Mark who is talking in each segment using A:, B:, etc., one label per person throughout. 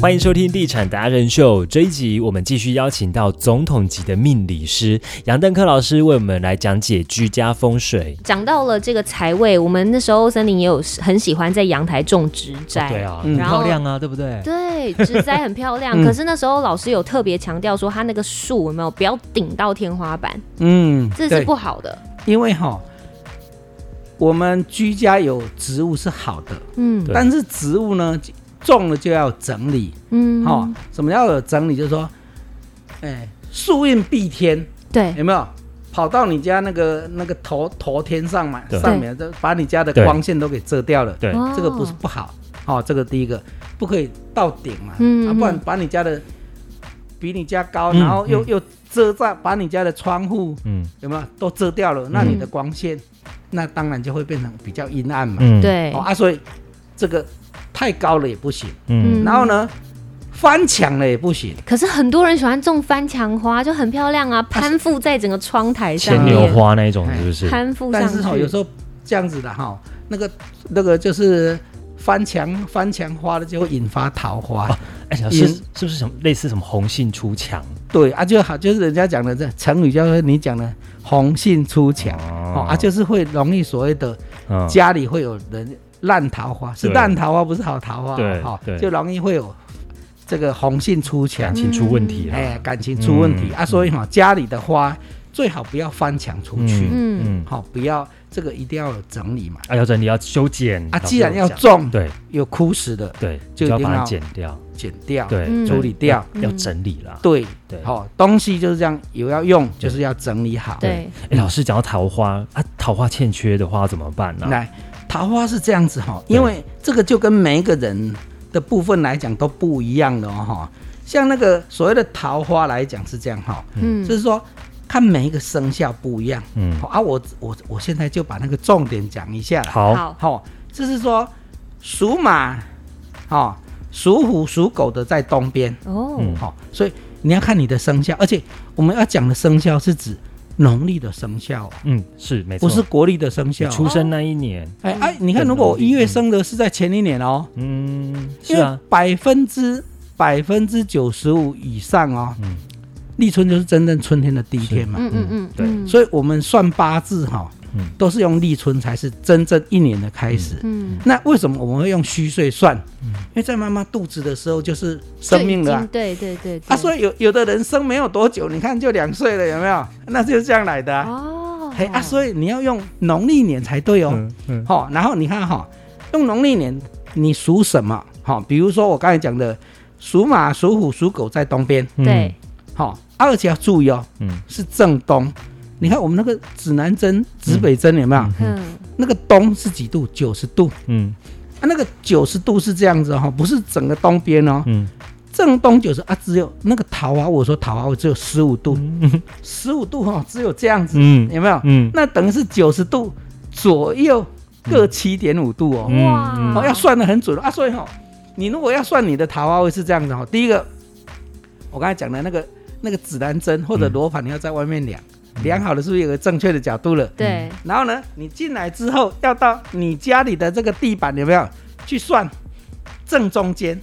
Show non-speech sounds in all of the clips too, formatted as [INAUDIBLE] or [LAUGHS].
A: 欢迎收听《地产达人秀》这一集，我们继续邀请到总统级的命理师杨登科老师为我们来讲解居家风水。
B: 讲到了这个财位，我们那时候森林也有很喜欢在阳台种植栽，
A: 对啊，
C: 嗯
B: 然后
C: 漂亮啊，对不对？
B: 对，植栽很漂亮。
C: [LAUGHS] 嗯
B: 可是那时候老师有特别强调说，它那个树有没有不要顶到天花板，
C: 嗯，
B: 这是
C: 对
B: 不好的。
C: 因为哈，我们居家有植物是好的，
B: 嗯
A: 对
C: 但是植物呢种了就要整理，
B: 嗯，
C: 哈、什么叫有整理？就是说，哎，树荫蔽天，
B: 对
C: 有没有？跑到你家那个那个头头天上嘛，
A: 对
C: 上面都把你家的
A: 对
C: 光线都给遮掉了，
A: 对，
B: 哦
C: 这个不是不好，哦，这个第一个不可以到顶嘛，
B: 嗯
C: 啊，不然
B: 嗯
C: 把你家的比你家高，
A: 嗯
C: 然后又、
A: 嗯
C: 又遮在把你家的窗户
A: 嗯
C: 有没有都遮掉
B: 嗯
C: 了？那你的光线，那当然就会变成比较阴暗嘛。
A: 嗯，
B: 对
C: 哦，啊，所以这个太高了也不行，
A: 嗯
B: 嗯
C: 然后呢，翻墙了也不行。
B: 可是很多人喜欢种番墙花，就很漂亮啊，攀附在整个窗台上
A: 牵
B: 面，
A: 牛花那一种是不是？
B: 攀附上
C: 但是哈、
B: 去。
C: 有时候这样子的哈、那个那个就是翻墙翻墙花的就会引发桃花。
B: 哦
A: 哎，老师
C: 嗯
A: 是不是什么类似什么红杏出墙？
C: 对啊，就好，就是人家讲的这成语，叫做你讲的红杏出墙。哦啊，就是会容易所谓的
A: 嗯
C: 家里会有人烂桃花，是
A: 对
C: 烂桃花，不是好桃花，
A: 对
C: 好、
A: 对
C: 就容易会有这个红杏出
A: 感
C: 墙，
A: 情出问题了。
C: 哎，感情出问题、
A: 嗯
C: 啊，所以哈、家里的花最好不要翻墙出去，
A: 嗯
B: 嗯，
C: 好、不要这个一定要有整理嘛。
A: 啊，要整理，要修剪
C: 啊，
A: 老师
C: 既然
A: 有嗯
C: 要
A: 讲
C: 种，
A: 对
C: 有枯死的
A: 对，就
C: 就一
A: 要
C: 定
A: 把它
C: 要
A: 剪掉，
C: 剪掉，
A: 对，
B: 嗯
A: 对
C: 处理掉，
A: 要
B: 嗯
A: 整理啦。
C: 对，
A: 对，
C: 好、东西就是这样，有要用就是要整理好。
B: 对，
A: 哎，老师讲到桃花啊，桃花欠缺的话怎么办呢？
C: 来，桃花是这样子哈、
A: 对
C: 因为这个就跟每一个人的部分来讲都不一样的哦哈。像那个所谓的桃花来讲是这样哈、
B: 嗯
C: 就是说看每一个生肖不一样。
A: 嗯，
C: 好啊，我我我现在就把那个重点讲一下了。
A: 好，
B: 好，
C: 好、就是说属马，哦，属虎、属狗的在东边，
B: 哦，
A: 嗯
C: 好、所以你要看你的生肖，而且我们要讲的生肖是指农历的生肖哦，
A: 嗯，是没错，
C: 不是国历的生
A: 你
C: 肖哦。
A: 出生那一年，
C: 哎
B: 嗯
C: 哎，你看，
A: 更
C: 如果
A: 容
C: 我
A: 易
C: 一月生的是在前一年哦，
A: 嗯，是
C: 因为
A: 啊，
C: 百分之百分之九十五以上哦，
A: 嗯
C: 立春就是真正春天的第一天嘛，
B: 嗯嗯嗯，
A: 对
B: 嗯
C: 所以我们算八字哈、
A: 嗯
C: 都是用立春才是真正一年的开始。
B: 嗯，
C: 那为什么我们会用虚岁算？
A: 嗯
C: 因为在妈妈肚子的时候就是生命了
B: 就已
C: 啊
B: 经对对对
C: 啊，所
B: 以
C: 以有有的人生没有多久，你看就两岁了，有没有？那就是这样来的啊。
B: 哦，
C: 嘿啊，所以你要用农历年才对哦。
A: 嗯嗯
C: 好、然后你看哈、用农历年你属什么？好、比如说我刚才讲的，属马、属虎、属狗在东边，
A: 嗯
B: 对，
C: 好、啊而且要注意哦，
A: 嗯，
C: 是正东。你看我们那个指南针、指北针有没有？
B: 嗯
C: 那个东是几度？九十度。
A: 嗯
C: 啊，那个九十度是这样子哈、哦，不是整个东边哦，
A: 嗯
C: 正东九十啊，只有那个桃花，我说桃花我只有十五度，
A: 嗯
C: 十五度哈、哦，只有这样子， [LAUGHS]
A: 嗯
C: 有没有？
A: 嗯
C: 那等于是九十度左右各七点五度哦。
A: 嗯
B: 哇
A: 嗯
C: 哦，要算的很准啊。所以哈、你如果要算你的桃花会是这样的哈、第一个，我刚才讲的那个那个指南针或者
A: 嗯
C: 罗盘，你要在外面量，量好了是不是有个正确的角度了？
B: 对，
C: 然后呢，你进来之后要到你家里的这个地板有没有去算正中间？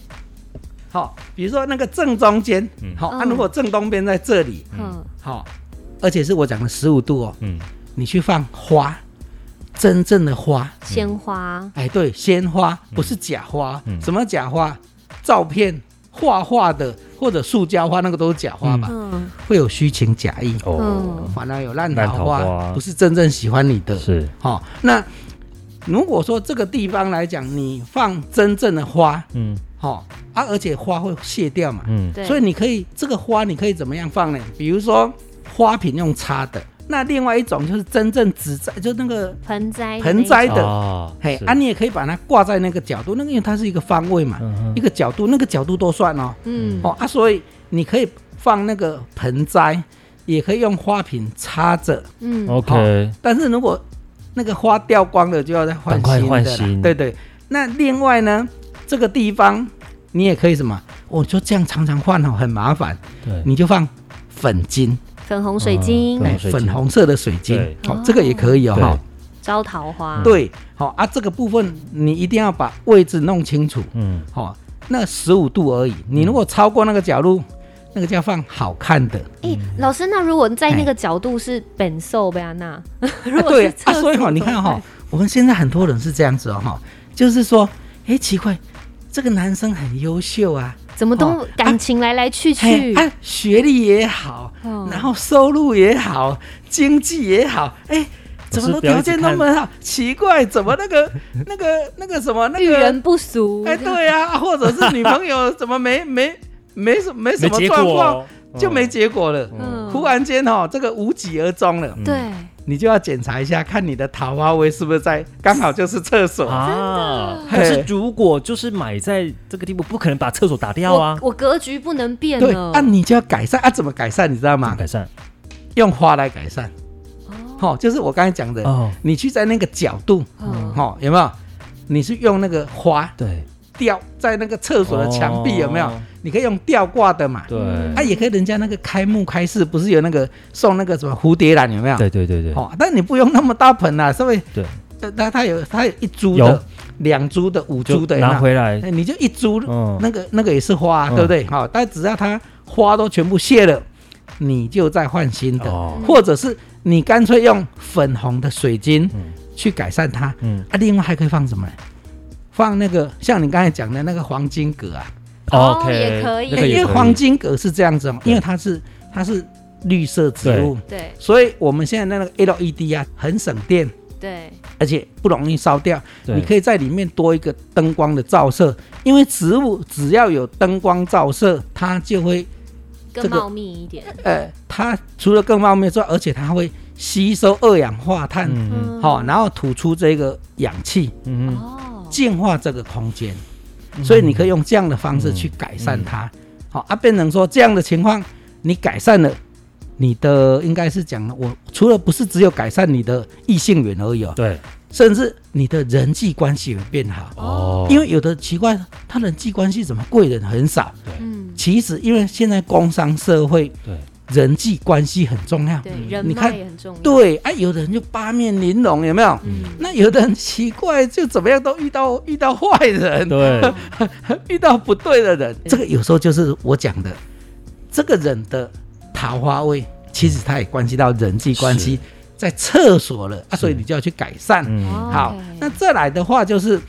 C: 好、比如说那个正中间
A: 嗯，
C: 好、那、啊
B: 嗯
C: 如果正东边在这里，
B: 嗯
C: 好、而且是我讲的十五度哦，
A: 嗯
C: 你去放花，真正的花，
B: 鲜花，
C: 哎，对，鲜花不是假花，
A: 嗯
C: 什么假花？照片、画画的或者塑胶花，那个都是假花吧？
B: 嗯
C: 会有虚情假意，
A: 哦，
C: 反而有烂
A: 烂
C: 桃
A: 桃
C: 花，
A: 花
C: 不是真正喜欢你的。
A: 是，
C: 好、那如果说这个地方来讲，你放真正的花，
A: 嗯
C: 好、啊，而且花会谢掉嘛，
A: 嗯
B: 对，
C: 所以你可以这个花你可以怎么样放呢？比如说花瓶用插的，那另外一种就是真正植栽，就那个
B: 盆栽的那一种，
C: 盆栽的。
A: 啊，
C: 嘿，
A: 是
C: 啊，，你也可以把它挂在那个角度，那个因为它是一个方位嘛，
A: 嗯哼
C: 一个角度，那个角度都算哦。
B: 嗯，
C: 哦啊，所以你可以放那个盆栽，也可以用花瓶插着。
B: 嗯，
C: 哦
A: OK，
C: 但是如果那个花掉光了，就要再
A: 赶
C: 换
A: 快
C: 新的
A: 换
C: 啦
A: 新
C: 对对。那另外呢，这个地方你也可以什么？我就这样常常换哦，很麻烦。
A: 对，
C: 你就放粉晶，
B: 粉红水晶
A: 嗯，
C: 哎，
A: 水晶
C: 粉红色的水晶
A: 对，
C: 好、
B: 哦
C: 这个也可以哦。
A: 对
C: 哈
B: 招桃花，
C: 嗯对，好、啊，这个部分你一定要把位置弄清楚。
A: 嗯
C: 好、那十五度而已。你如果超过那个角度，那个叫放好看的。啊
B: 哎、老师，那如果在那个角度是本寿贝安娜， [LAUGHS] 如
C: 啊
B: 果
C: 对
B: 是
C: 啊
B: 侧、
C: 所以哈、你看哈、，我们现在很多人是这样子哦哈、就是说，哎，奇怪，这个男生很优秀啊，
B: 怎么都
C: 哦
B: 感情来来去去，
C: 嘿，啊，学历也好，
B: 哦
C: 然后收入也好，经济也好，哎。怎么
A: 老师
C: 都
A: 不要
C: 条
A: 一直
C: 件那么好？奇怪，怎么
A: [LAUGHS]
C: 那个、那个、那个什么、那
B: 遇
C: 个
B: 人不淑。
C: 啊哎，对呀、啊，或者是女朋友怎么没没没什没什
A: 没
C: 么
A: 结果
C: 状况，
A: 哦，
C: 就没
A: 嗯
C: 结果了。
B: 嗯
C: 忽然间哦，这个无疾而终了，
A: 嗯
B: 对，
C: 你就要检查一下，看你的桃花位是不是在刚好就是厕所。
A: 啊。
C: 真的
A: 但是如果就是买在这个地步，不可能把厕所打掉啊。
B: 我我格局不能变
C: 对，
A: 哦
B: 了。
C: 啊，你就要改善啊，怎么改善？你知道吗？
A: 改善
C: 用花来改善，
A: 嗯
B: 哦，
C: 哦，就是我刚才讲的，
A: 哦，
C: 你去在那个角度，
B: 嗯
C: 哦，有没有？你是用那个花
A: 对，
C: 吊在那个厕所的墙壁，有没有
A: 哦？
C: 你可以用吊挂的嘛，
A: 对，
B: 嗯
C: 啊，也可以人家那个开幕开市不是有那个送那个什么蝴蝶兰有没有？
A: 对对对对，
C: 哦，但你不用那么大盆啦、稍微
A: 对，
C: 呃，它它有它有一株
A: 有
C: 的、两株的、五株
A: 就
C: 的，有没有
A: 拿回来，
C: 哎你就一株，
A: 嗯
C: 那个那个也是花啊、
A: 嗯
C: 对不对？好、但只要它花都全部谢了，你就再换新的，
A: 哦，
C: 或者是你干脆用粉红的水晶
A: 嗯
C: 去改善它。
A: 嗯，
C: 啊，另外还可以放什么？放那个像你刚才讲的那个黄金葛啊，
B: 哦
A: OK，
B: 也可以
A: 那
C: 哎
A: 个也
C: 因为
A: 可以
C: 黄金葛是这样子哦，
A: 对
C: 因为它是它是绿色植物，
B: 对
C: 所以我们现在那个 LED 啊很省电。
B: 对，
C: 而且不容易烧掉。
A: 对
C: 你可以在里面多一个灯光的照射，因为植物只要有灯光照射，它就会
B: 更
C: 这个
B: 茂密一点。
C: 呃，它除了更茂密之外，而且它会吸收二氧化碳，好、啊
A: 嗯
B: 嗯
C: 然后吐出这个氧气，
A: 嗯嗯
B: 哦，
C: 净化这个空间。
A: 嗯，
C: 所以你可以用这样的方式去改善它。好、啊，变成说这样的情况，你改善了。你的应该是讲了，我除了不是只有改善你的异性缘而已哦，
A: 对
C: 甚至你的人际关系也会变好。
A: 哦，
C: 因
A: 为
C: 为有的奇怪，他人际关系怎么贵人很少？ [LAUGHS]
B: 嗯，
C: 其实因为现在工商社会，
A: 对
C: 人际关系很重要。
B: 对，
A: 嗯
B: 人
C: 你
B: 脉
C: 看
B: 也很重要。，
C: 对，啊，有的人就八面玲珑，有没有？
B: 嗯，
C: 那有的人奇怪，就怎么样都遇到遇到坏人，
A: 对
C: [LAUGHS] 遇到不对的人。
B: 对
C: 这个有时候就是我讲的，这个人的桃花位，其实他也关系到人际关系，在厕所了啊，所以你就要去改善。
A: 嗯
B: [LAUGHS] 哦
C: 好
B: OK，
C: 那再来的话就是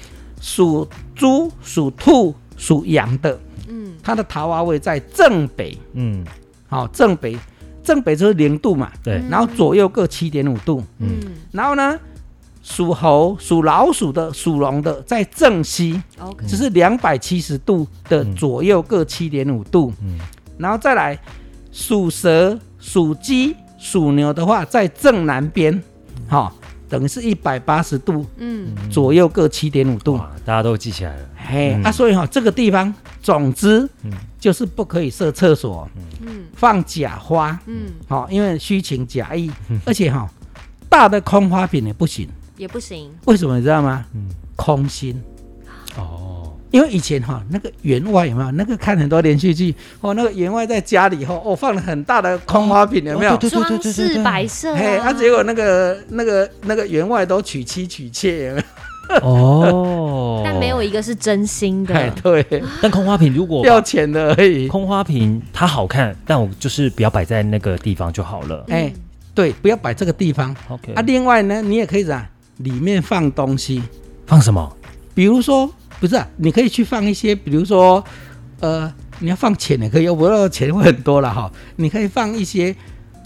C: 属猪、属兔、属羊的，
B: 嗯，
C: 它的桃花位在正北，
A: 嗯，
C: 好、正北，正北就是零度嘛，
A: 对
B: 嗯
C: 然后左右各七点五度，
B: 嗯
C: 然后呢，属猴、属老鼠的、属龙的在正西，
B: ，OK，
C: 就是两百七十度的
A: 嗯
C: 左右各七点五度，
A: 嗯
C: 然后再来属蛇、属鸡、属牛的话在正南边，好、等于是一百八十度
B: 嗯，
A: 嗯
C: 左右各七点五度。
A: 哇，大家都记起来了，
C: 嘿、
A: 嗯
C: 啊，所以哈、这个地方，总之
A: 嗯
C: 就是不可以设厕所，
B: 嗯
C: 放假花，
B: 嗯，
C: 好、因为虚情假意，
A: 嗯
C: 而且哈、大的空花瓶也不行，
B: 也不行。
C: 为什么你知道吗？
A: 嗯，
C: 空心。 [LAUGHS]
A: 哦，
C: 因为以前哈、那个员外有没有？那个看很多连续剧哦，那个员外在家里哦，哦放了很大的空花瓶，有没有？
A: 哦对对对
B: 装
A: 对对
B: 饰
A: 对
B: 摆设啊，，
C: 嘿，啊，结果那个那个那个员外都娶妻娶妾，有没有？
A: 哦
B: 啊但没有，一个是真心
C: 哎，
B: 的，
C: 对，
A: 但空花瓶如果
C: 要钱的而已。
A: 啊哦空花瓶它好看，但我就是不要摆在那个地方就好了。
C: 哎，对，不要摆这个地方。
A: OK，
C: 啊，另外呢，你也可以啥，里面放东西，
A: 放什么？
C: 比如说不是、啊，你可以去放一些，比如说呃，你要放钱也可以，我不知道钱会很多了哈，你可以放一些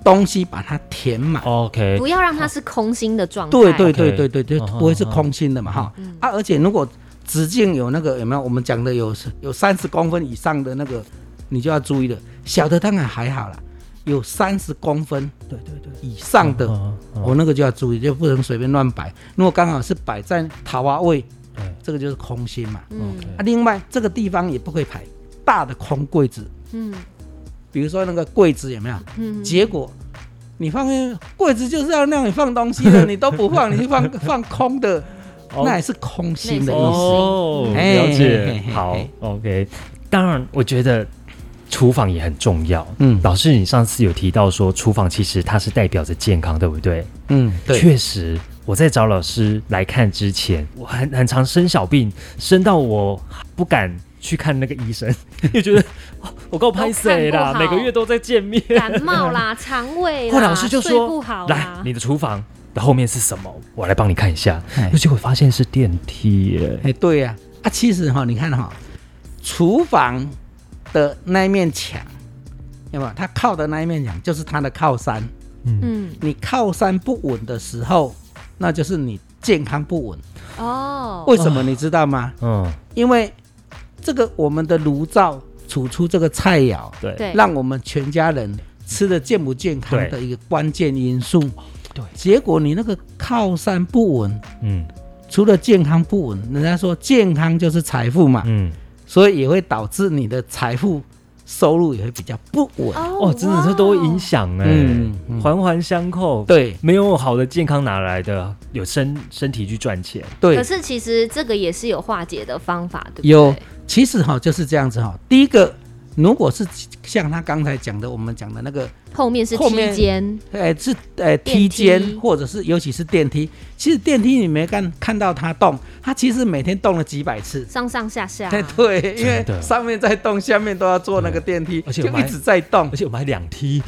C: 东西把它填满。
A: 哦 OK，
B: 不要让它是空心的状态。
C: 对对
A: OK
C: 对哦对对对，
A: 嗯哼
C: 不会是空心的嘛哈
B: 嗯。
C: 啊，而且如果直径有那个有没有？我们讲的有有三十公分以上的那个，你就要注意了。小的当然还好啦，有三十公分
A: 对对对，
C: 以上的，
A: 嗯嗯
C: 我那个就要注意，就不能随便乱摆。如果刚好是摆在桃花位，
A: 对
C: 这个就是空心嘛。
B: 嗯
A: 嗯，OK
C: 啊，另外这个地方也不可以摆大的空柜子，
B: 嗯
C: 比如说那个柜子有没有？
B: 嗯，
C: 结果你放进柜子就是要让你放东西的，你都不放，你去放放空的，
A: 哦
C: 那也是空心的意思。
A: 哦，
C: 哎
A: 了
C: 嘿
A: 解
C: 嘿嘿，
A: 好
C: 嘿
A: ，OK。当然，我觉得厨房也很重要。
C: 嗯
A: 老师，你上次有提到说，厨房其实它是代表着健康，对不对？
C: 嗯，对，
A: 确实，我在找老师来看之前，我很很常生小病，生到我不敢去看那个医
C: [LAUGHS]
A: 生，就觉得、哦我够拍谁啦，
B: 都看不好
A: 每个月都在见面。
B: 感
A: [LAUGHS]
B: 冒啦、肠胃啦，
A: 后来老师就
B: 睡
A: 说
B: 不好啊
A: 来
B: 啦，
A: 你的厨房的后面是什么？我来帮你看一下
C: 哎。
A: 结果发现是电梯耶，
C: 哎，对呀、啊，其实哈、你看哈、厨房的那一面墙，有没有？它靠的那一面墙就是它的靠山。
B: 嗯，
C: 你靠山不稳的时候，那就是你健康不稳。
B: 哦，
C: 为什么你知道吗？
A: 嗯，
C: 因为这个我们的炉灶煮出这个菜肴，
A: 对
B: 对
C: 让我们全家人吃的健不健康
A: 对
C: 的一个关键因素。
A: 对
C: 结果你那个靠山不稳，
A: 嗯
C: 除了健康不稳，人家说健康就是财富嘛，
A: 嗯，
C: 所以也会导致你的财富收入也会比较不稳。
A: 哦，真的是都会影响
B: 哦
A: 哎
C: 嗯嗯，
A: 环环相扣。，
C: 对
A: 没有好的健康哪来的有身身体去赚钱？
B: 哇。可
C: 对，
B: 是其实这个也是有化解的方法，对不对？
C: 有，其实哈、就是这样子哈、第一个，如果是像他刚才讲的，我们讲的那个，
B: 后面是
C: 后面
B: 梯间，
C: 呃，是呃
B: 电梯
C: 梯间，或者是尤其是电梯，其实电梯你没看看到它动，它其实每天动了几百次。
B: 上上下下，
C: 对 [LAUGHS] 对，因为
A: 真的
C: 上面在动，下面都要坐那个电梯，
A: 而且
C: 就
A: 我们
C: 一
A: 还
C: 直在动
A: [LAUGHS] 而。且我们还两
C: [LAUGHS]
A: 梯，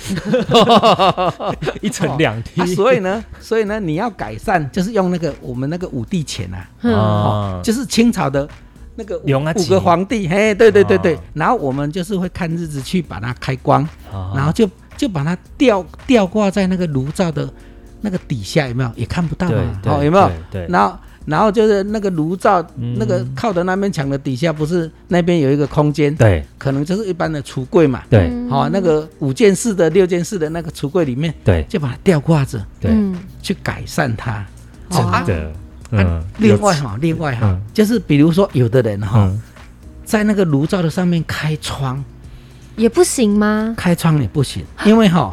A: 一层两梯
C: 啊，，所以呢，所以呢，你要改善，就是用那个我们那个五帝钱啊，
B: 嗯，
A: 啊
C: 就是清朝的那个五
A: 龙啊
C: 五
A: 旗
C: 个皇帝，嘿，对对对对，
A: 哦
C: 然后我们就是会看日子去把它开光，
A: 啊
C: 然后就就把它吊吊挂在那个炉灶的那个底下，有没有？也看不到
A: 对
C: 嘛，
A: 对
C: 好、有没有？？
A: 对，对
C: 然后然后就是那个炉灶、
A: 嗯
C: 那个靠的那边墙的底下，不是那边有一个空间，
A: 对
C: 可能就是一般的橱柜嘛，
A: 对啊
B: 嗯
C: 好、那，个五件式的、六件式的那个橱柜里面，
A: 对
C: 就把它吊挂着
A: 对，
B: 嗯
C: 去改善它。
A: 真
C: 啊
A: 的，
C: 啊
A: 嗯，，
C: 另外哈，另外哈
A: 嗯，
C: 就是比如说有的人哈，
A: 嗯，
C: 在那个炉灶的上面开窗，
B: 也不行吗？
C: 开窗也不行，因为哈，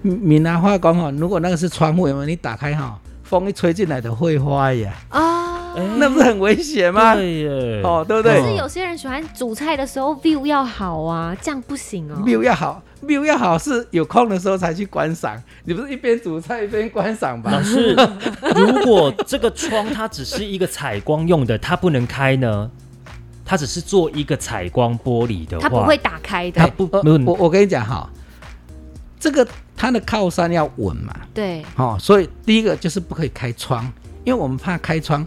C: 闽闽南话讲哈，如果那个是窗户，有没有？你打开哈，风一吹进来的会花呀，
B: 啊，
A: 哎
C: 那不是很危险吗？
A: 对耶，
C: 嗯哦，对不
B: 可
C: 对
B: 是有些人喜欢煮菜的时候 view 要好啊，这样不行哦。
C: ？view 要好，view 要好是有空的时候才去观赏，你不是一边煮菜一边观赏吧
A: 老？师，如果这个窗它只是一个采光用的，它不能开呢？它只是做一个采光玻璃
C: 啊
A: 的话，
B: 它不会打开
A: 它
B: 的，
A: 不
C: 呃
A: 没有
C: 我我跟你讲哈，这个它的靠山要稳嘛，
B: 对，
C: 哦，所以第一个就是不可以开窗，因为我们怕开窗，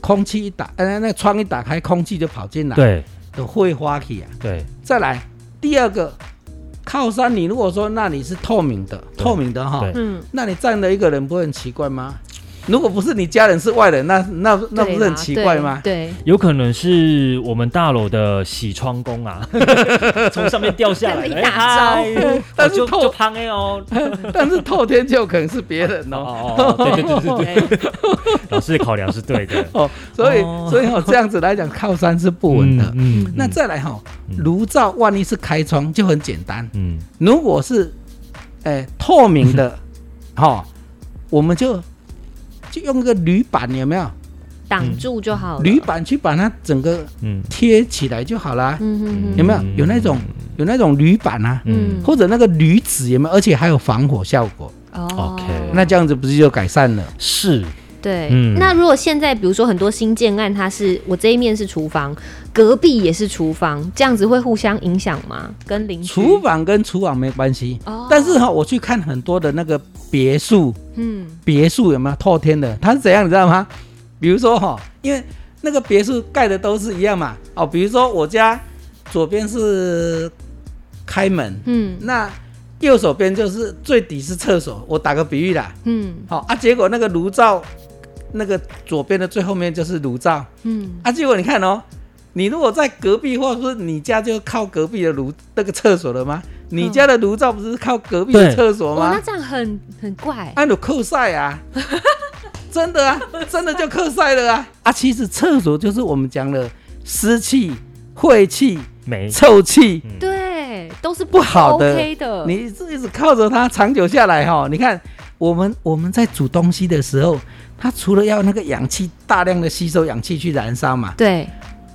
C: 空气一打，呃，那窗一打开，空气就跑进来，，
A: 对
C: 有会花起啊。
A: 对
C: 再来第二个，靠山，你如果说那里是透明的，
A: 对
C: 透明的哈、
A: 对
B: 嗯，
C: 那你站了一个人不会很奇怪吗？如果不是你家人是外人，那那那
B: 对
C: 不是很
B: 啦
C: 奇怪
B: 对
C: 吗？
B: 对，
A: 有可能是我们大楼的洗窗工啊， [LAUGHS] 从上面掉下来，
B: 跟你
A: 哎
B: 打
A: 嗨
B: 招呼
A: 我
C: 但是
A: 就
C: 透
A: 就胖哎
B: [LAUGHS]
A: 哦，
C: [LAUGHS] 但是透天就可能是别人哦。
A: [LAUGHS] 哦哦，哦对对对对对，
B: 哎
A: [LAUGHS] 老师的考量是对
C: [LAUGHS]
A: 的，
C: 哦，所以、
A: 哦
C: 所以哦，这样子来讲，靠山是不稳的。
A: 嗯
C: 那再来哈、炉灶万一是开窗就很简单，
A: 嗯
C: 如果是，呃，透明
A: [LAUGHS]
C: 的，哈、我们就就用个铝板，有没有？
B: 挡住就好了。
C: 铝板去把它整个
A: 嗯
C: 贴起来就好啦。
B: 嗯哼
C: 有
B: 哼，
C: 没有？有那种有那种铝板啊，
A: 嗯
B: 嗯
C: 或者那个铝纸有没有？而且还有防火效果，
B: 哦
A: OK
C: 那这样子不是就改善了？
A: 是
B: 对
A: 嗯。
B: 那如果现在比如说很多新建案，它是我这一面是厨房，隔壁也是厨房，这样子会互相影响吗？跟邻居？
C: 厨房跟厨房没关系，
B: 嗯哦
C: 但是哈、我去看很多的那个别墅，
B: 嗯，
C: 别墅有没有透天的？它是怎样，你知道吗？比如说哈、因为那个别墅盖的都是一样嘛。哦，比如说我家左边是开门，
B: 嗯
C: 那右手边就是最底是厕所。我打个比喻啦，
B: 嗯
C: 好、啊，结果那个炉灶，那个左边的最后面就是炉灶
B: 嗯，
C: 啊。结果你看哦，你如果在隔壁，或者是你家就靠隔壁的炉那个厕所了吗？你家的炉灶不是靠隔壁的
A: 对
C: 厕所吗？
B: 哦哇，那这样很很怪。
C: 安有克赛啊， [LAUGHS] 真的啊，真的就克赛了啊！啊，其实厕所就是我们讲的湿气、晦气、
A: 没
C: 臭气，
B: 对，都是
C: 不嗯好的
B: OK 的。
C: 你一直一直靠着它，长久下来哈、你看我们我们在煮东西的时候，它除了要那个氧气大量的吸收氧气去燃烧嘛，
B: 对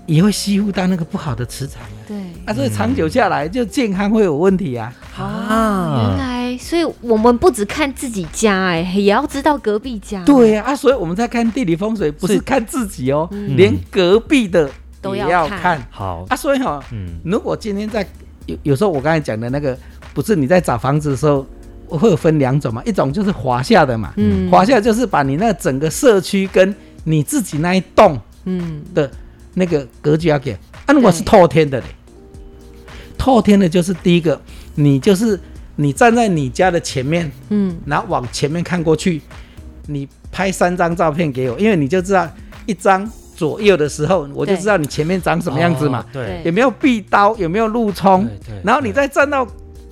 C: 也会吸附到那个不好的磁场啊
B: 对
C: 啊，所以长久下来就健康会有问题啊。
B: 原
A: 啊，
B: 来，所以我们不只看自己家、哎，也要知道隔壁家。
C: 啊对呀、啊，所以我们在看地理风水，不是
A: 是
C: 看自己哦，
B: 嗯
C: 连隔壁的
B: 都
C: 也
B: 要
C: 要
B: 看
A: 好，
C: 啊。所以哈、
A: 嗯，
C: 如果今天在有有时候我刚才讲的那个，不是你在找房子的时候会有分两种嘛，一种就是华夏的嘛，
B: 嗯
C: 华夏就是把你那整个社区跟你自己那一栋
B: 嗯
C: 的那个格局要给。啊，如果是透天的嘞，透天的就是第一个，你就是你站在你家的前面，
B: 嗯
C: 然后往前面看过去，你拍三张照片给我，因为你就知道一张左右的时候，我就
B: 对
C: 知道你前面长什么样子嘛。
A: 哦？对，
B: 对
C: 有没有壁刀，有没有路冲
A: 对对，
C: 然后你再站到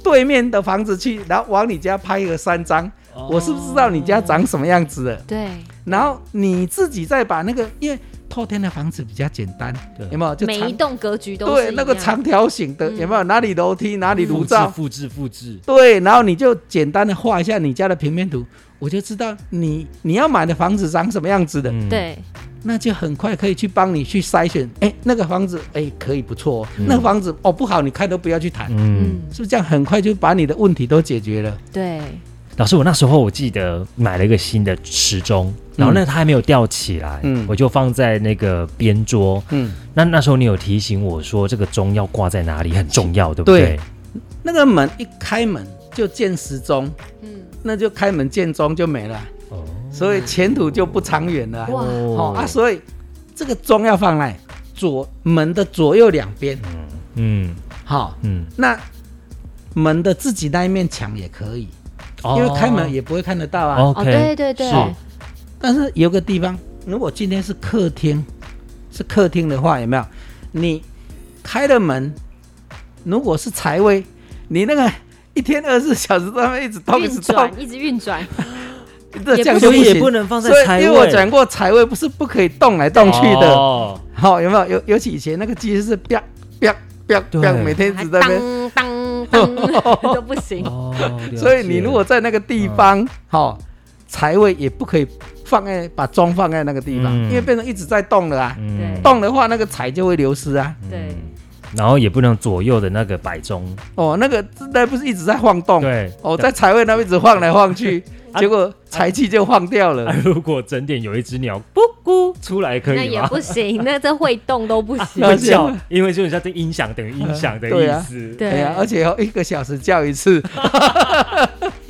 C: 对面的房子去，然后往你家拍个三张，
A: 哦
C: 我是不是知道你家长什么样子了？
B: 对，
C: 然后你自己再把那个，因为透天的房子比较简单
A: 对，
C: 有没有？就
B: 每
C: 长
B: 一栋格局都是
C: 对
B: 一
C: 那个
B: 样
C: 长条形的，
B: 嗯
C: 有没有？哪里楼梯，哪里炉
A: 复制
C: 灶，
A: 复制复制，
C: 对，然后你就简单的画一下你家的平面图，我就知道你你要买的房子长什么样子的。
A: 嗯，
B: 对，
C: 那就很快可以去帮你去筛选。哎、那个房子，哎、可以不错、哦
A: 嗯
C: 那个房子哦不好，你看都不要去谈，
A: 嗯。
B: 嗯
C: 是不是这样？很快就把你的问题都解决了。
B: 对，
A: 老师，我那时候我记得买了一个新的时钟，然后那个它还没有吊起来，
C: 嗯
A: 我就放在那个边桌。
C: 嗯，
A: 那那时候你有提醒我说这个钟要挂在哪里很重要，对不
C: 对那个门一开门就见时钟，
B: 嗯
C: 那就开门见钟就没了，
A: 哦，
C: 所以前途就不长远了。
B: 哇
C: 哦啊，所以这个钟要放在左门的左右两边，
A: 嗯
C: 好、
A: 嗯，
C: 那门的自己那一面墙也可以，
A: 哦
C: 因为开门也不会看得到啊。
B: 哦
A: OK，
B: 对对对，
A: 是
C: 但是有个地方，如果今天是客厅，是客厅的话，有没有？你开了门，如果是财位，你那个一天二十四小时在那边一直动，一
B: 运
C: 直动，
B: 转一直运转，
C: 这
A: 也
C: 这
A: 不
C: 样就
A: 所以
C: 行
A: 也不能放在
C: 所以
A: 财位
C: 因为我讲过，财位不是不可以动来动去的。
A: 哦
C: [LAUGHS] 好、有没有？尤尤其以前那个机是啪啪啪
A: 对
C: 啪， [LAUGHS] 每天一
B: 还
C: 直在那边。
B: 当当
C: [LAUGHS]
B: 当都不行，
A: 哦，了解
C: 所以你如果在那个地方，好、财位也不可以放在把钟放在那个地方，
A: 嗯
C: 因为变成一直在动了啊。
A: 嗯
B: 对
C: 动的话，那个财就会流失啊。
B: 对，
A: 然后也不能左右的那个摆钟，
C: 哦，那个那不是一直在晃动？
A: 对
C: 哦，在财位那边一直晃来晃去，
A: 啊
C: 结果财气就晃掉了。
A: 啊， [LAUGHS] 如果整点有一只鸟咕咕出来可
B: 那
A: 以
B: 也
A: 吗？
B: 不行，那这会动都
C: [LAUGHS]
B: 不行，
A: 会叫，因为就是像这音响等于音响的
C: 对
A: 意
C: 啊
A: 思，
B: 对
C: 哎呀，而且要一个小时叫一次，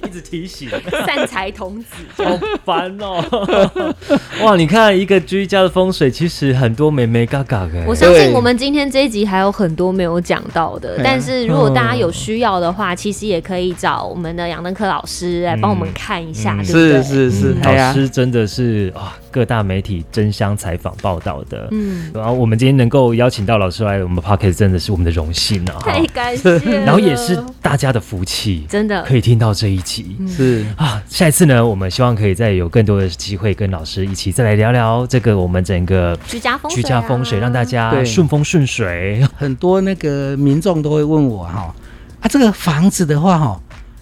A: 一直提醒，
B: 散财童子，
A: 好烦哦！
C: [LAUGHS]
A: 哇，你看一个居家的风水，其实很多美美嘎嘎的。
B: 我相信
C: 对
B: 我们今天这一集还有很多没有讲到的
C: 对啊，
B: 但是如果大家有需要的
A: 嗯
B: 话，其实也可以找我们的杨登科老师来帮我们看一下，
A: 嗯
B: 对不对？
C: 是是是
A: 嗯，
C: 哎
A: 老
C: 呀，
A: 师真的是啊，各大媒体争相采访报道的。
B: 嗯，
A: 然后我们今天能够邀请到老师来我们 p o c k e t 真的是我们的荣幸
B: [LAUGHS]
A: 啊！哈
B: 太感哎谢了，
A: [LAUGHS] 然后也是大家的福气，
B: 真的嗯
A: 可以听到这一集。
C: 是
A: 啊，下一次呢，我们希望可以再有更多的机会跟老师一起再来聊聊这个我们整个
B: 居家风水啊
A: 居家风水，让大家
C: 对
A: 顺风顺水。
C: 很多那个民众都会问我哈，啊，这个房子的话哈，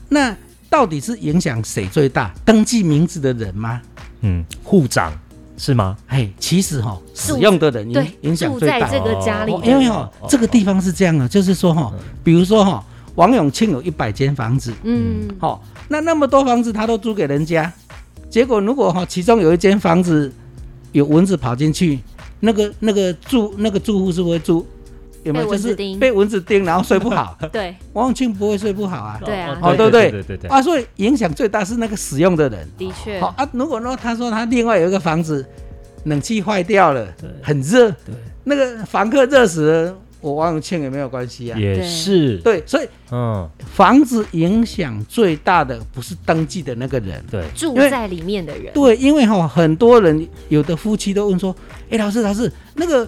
C: 那到底是影响谁最大？登记名字的人吗？
A: 嗯，护长是吗？
C: 哎，其实哈、
B: 住
C: 使用的人
B: 对
C: 影影响
B: 住
C: 最
B: 在
C: 大
B: 这。个家里
A: 哦
B: 的，
C: 因为哈、
A: 哦
C: 这个地方是这样的，就是说哈、比如说哈、王永庆有一百间房子，
B: 嗯，
C: 好、那那么多房子他都租给人家，结果如果哈、其中有一间房子有蚊子跑进去，那个那个住那个住户是不是会住？有没有
B: 被
C: 就
B: 蚊子
C: 是
B: 叮
C: 被蚊子叮，然后睡不好？
B: 对，
C: 王永庆不会睡不好啊，
B: 对啊
C: 哦，对不
A: 对
C: 对？
A: 对对对
C: 啊，所以影响最大是那个使用的人。
B: 的确
C: 好、，啊，如果呢，他说他另外有一个房子，冷气坏掉了，很热，
A: 对
C: 那个房客热死了，我王永庆也没有关系啊。
A: 也
B: 对
A: 是，
C: 对，所以
A: 嗯，
C: 房子影响最大的不是登记的那个人，
A: 对，
B: 住
C: 因为
B: 在里面的人，
C: 对，因为哈、很多人有的夫妻都问说，哎，老师老师，那个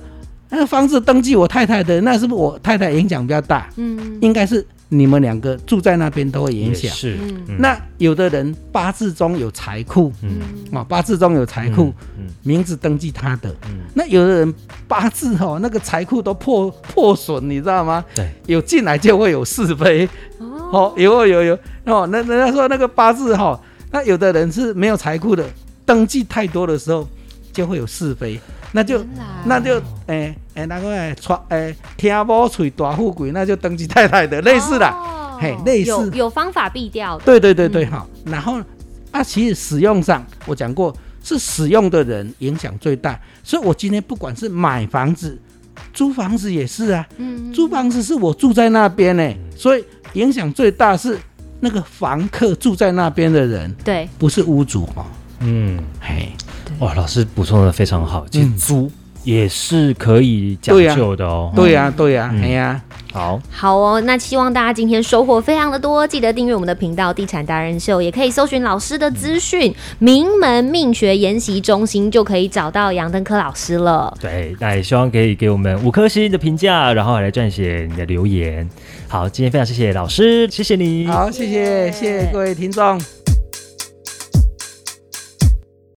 C: 那个房子登记我太太的，那是不是我太太影响比较大？
B: 嗯
C: 应该是你们两个住在那边都会影
A: 也
C: 响。
A: 是，
B: 嗯
A: 嗯
C: 那有的人八字中有财库
A: 嗯
C: 啊、八字中有财库，，
A: 嗯
C: 名字登记他的。
A: 嗯
C: 那有的人八字哦，那个财库都破破损，你知道吗？
A: 对，
C: 有进来就会有是非
B: 哦，
C: 哦，有有有哦。那人家说那个八字哈、哦，那有的人是没有财库的，登记太多的时候就会有是非，那就
B: 原来
C: 那就哎哎那个哎传哎天某嘴大富贵，那就登记太太的类似啦。
B: 哦
C: 嘿类似
B: 有有方法避掉的，
C: 对对对对，
B: 嗯
C: 好、然后啊，其实使用上我讲过，是使用的人影响最大，所以我今天不管是买房子、租房子也是啊，
B: 嗯，嗯
C: 租房子是我住在那边呢、所以影响最大是那个房客住在那边的人，
B: 对，
C: 不是屋主哦。
A: 嗯，
C: 嘿，
A: 哇，老师补充的非常好，其实
C: 哎嗯
A: 租也是可以讲
C: 对呀
A: 究的哦。
C: 对呀、对呀、
A: 嗯
C: 哎呀、
A: 好，
B: 好哦，那希望大家今天收获非常的多，记得订阅我们的频道《地产达人秀》，也可以搜寻老师的资讯“名门命学研习中心”，就可以找到杨登科老师了。
A: 对，那也希望可以给我们五颗星的评价，然后来撰写你的留言。好，今天非常谢谢老师，谢谢你，
C: 好，谢谢，谢谢各位听众。